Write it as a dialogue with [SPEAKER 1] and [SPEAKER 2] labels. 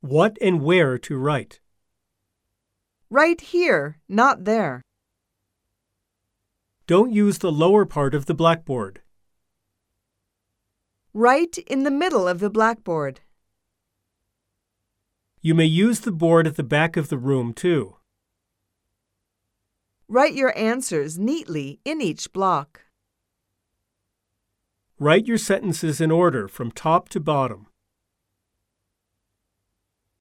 [SPEAKER 1] What and where to write.
[SPEAKER 2] Right here, not there.
[SPEAKER 1] Don't use the lower part of the blackboard.
[SPEAKER 2] Right in the middle of the blackboard.
[SPEAKER 1] You may use the board at the back of the room too.
[SPEAKER 2] Write your answers neatly in each block.
[SPEAKER 1] Write your sentences in order from top to bottom.